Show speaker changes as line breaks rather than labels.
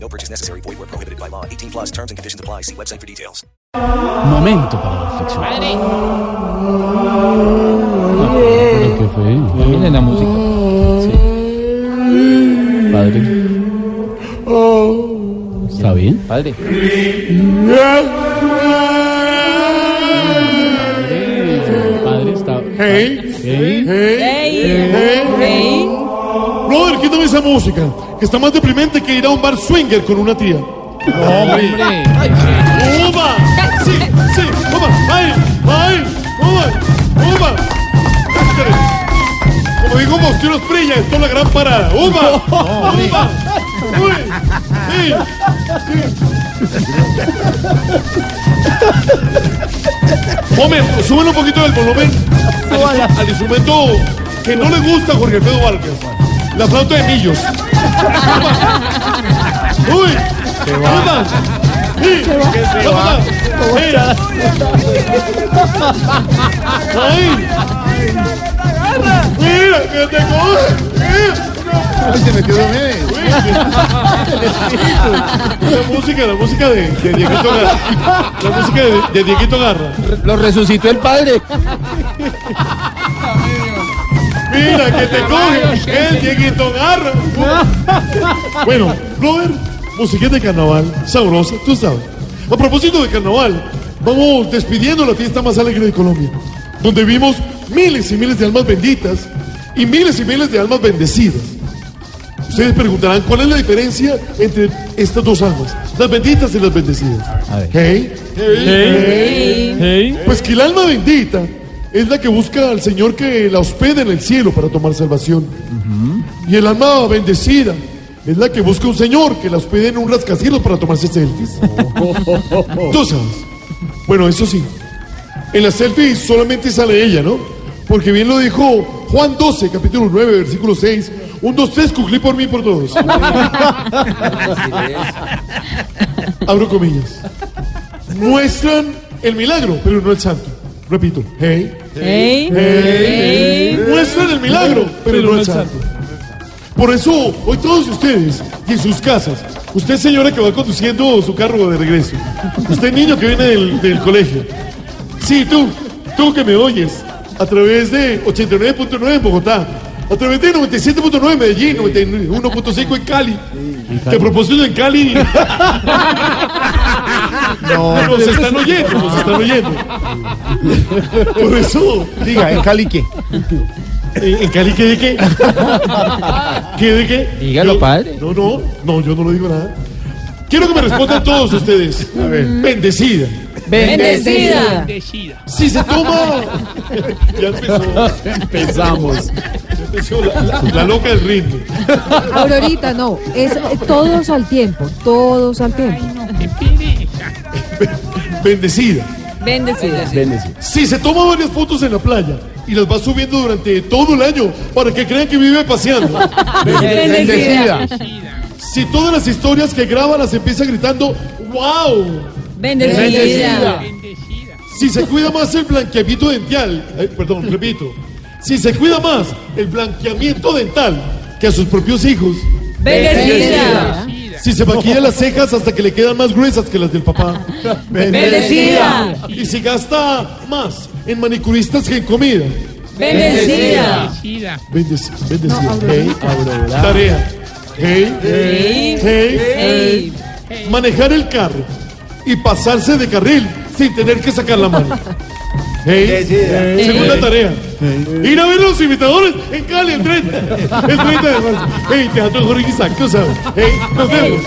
No purchase necessary. Void where prohibited by law. 18 plus terms and conditions apply. See website for details.
Momento para la reflexión. Ah, Pero qué feo. Miren la música. Sí. Padre. ¿Está bien? Padre. Padre, padre está. Hey.
Brother, quítame esa música, que está más deprimente que ir a un bar swinger con una tía.
Hombre.
¡Uva! ¡Sí, sí! ¡Uva! ¡Ay! ¡Ay! ¡Uva! ¡Uva! Échale. Como dijo Mostioros Prilla, esto es la gran parada. ¡Uva! ¡Uva! ¡Uy! ¡Sí! ¡Sí! Momento, súbele un poquito del volumen al, al instrumento que no le gusta a Jorge Alfredo Vargas. La flauta de millos. ¡Uy! ¡Uva! ¡Sí! ¡Uva! ¡Sí! ¡Ay! ¡Mira que te coge! Se metió de La música, la música de, de Dieguito Garra. La música de, de Dieguito Garra.
Lo resucitó el padre.
Mira que te coge el Dieguito Garra. Bueno, brother, música de carnaval, sabrosa, tú sabes. A propósito de carnaval, vamos despidiendo la fiesta más alegre de Colombia, donde vimos miles y miles de almas benditas y miles y miles de almas bendecidas. Ustedes preguntarán cuál es la diferencia entre estas dos almas, las benditas y las bendecidas. Hey, pues que el alma bendita es la que busca al Señor que la hospede en el cielo para tomar salvación. Y el alma bendecida es la que busca un Señor que la hospede en un rascacielos para tomarse selfies. Tú sabes. Bueno, eso sí. En la selfie solamente sale ella, ¿no? Porque bien lo dijo Juan 12, capítulo 9, versículo 6. Un, dos, tres, cuclí por mí y por todos. Abro comillas. Muestran el milagro, pero no el santo. Repito. Hey. Muestran el milagro, pero no el santo. Por eso, hoy todos ustedes, y en sus casas, usted señora que va conduciendo su carro de regreso, usted niño que viene del, del colegio, sí, tú, tú que me oyes, a través de 89.9 en Bogotá, a través de 97.9 en Medellín, 91.5 en Cali, te propongo en Cali... No, nos están oyendo, nos están oyendo. Por eso, diga, en Cali qué. ¿En Cali qué de qué? ¿Qué de qué?
Dígalo,
No,
padre.
No, no, no, yo no lo digo nada. Quiero que me respondan todos ustedes. A ver. Bendecida.
Bendecida.
Si se toma. Ya empezó, ya
Empezamos.
empezó la, la- la loca del ritmo.
Aurorita, no. Es eh, todos al tiempo. Todos al tiempo.
Bendecida.
Bendecida.
Bendecido.
Si se toma varias fotos en la playa y las va subiendo durante todo el año para que crean que vive paseando.
Bendecida.
Si todas las historias que graba las empieza gritando, ¡Wow!
Bendecida.
Si se cuida más el blanqueamiento dental, ay, perdón, repito, si se cuida más el blanqueamiento dental que a sus propios hijos,
Bendecida.
si se maquilla las cejas hasta que le quedan más gruesas que las del papá,
Bendecida.
y si gasta más en manicuristas que en comida,
Bendecida.
bendecido, bendecido. Hey, tarea, hey, hey, hey, manejar el carro y pasarse de carril sin tener que sacar la mano. Hey, Segunda tarea. Ir a ver los invitadores en Cali el 30. El 30 de marzo. Hey, Teatro Jorge Isaac, tú sabes. Hey, nos vemos.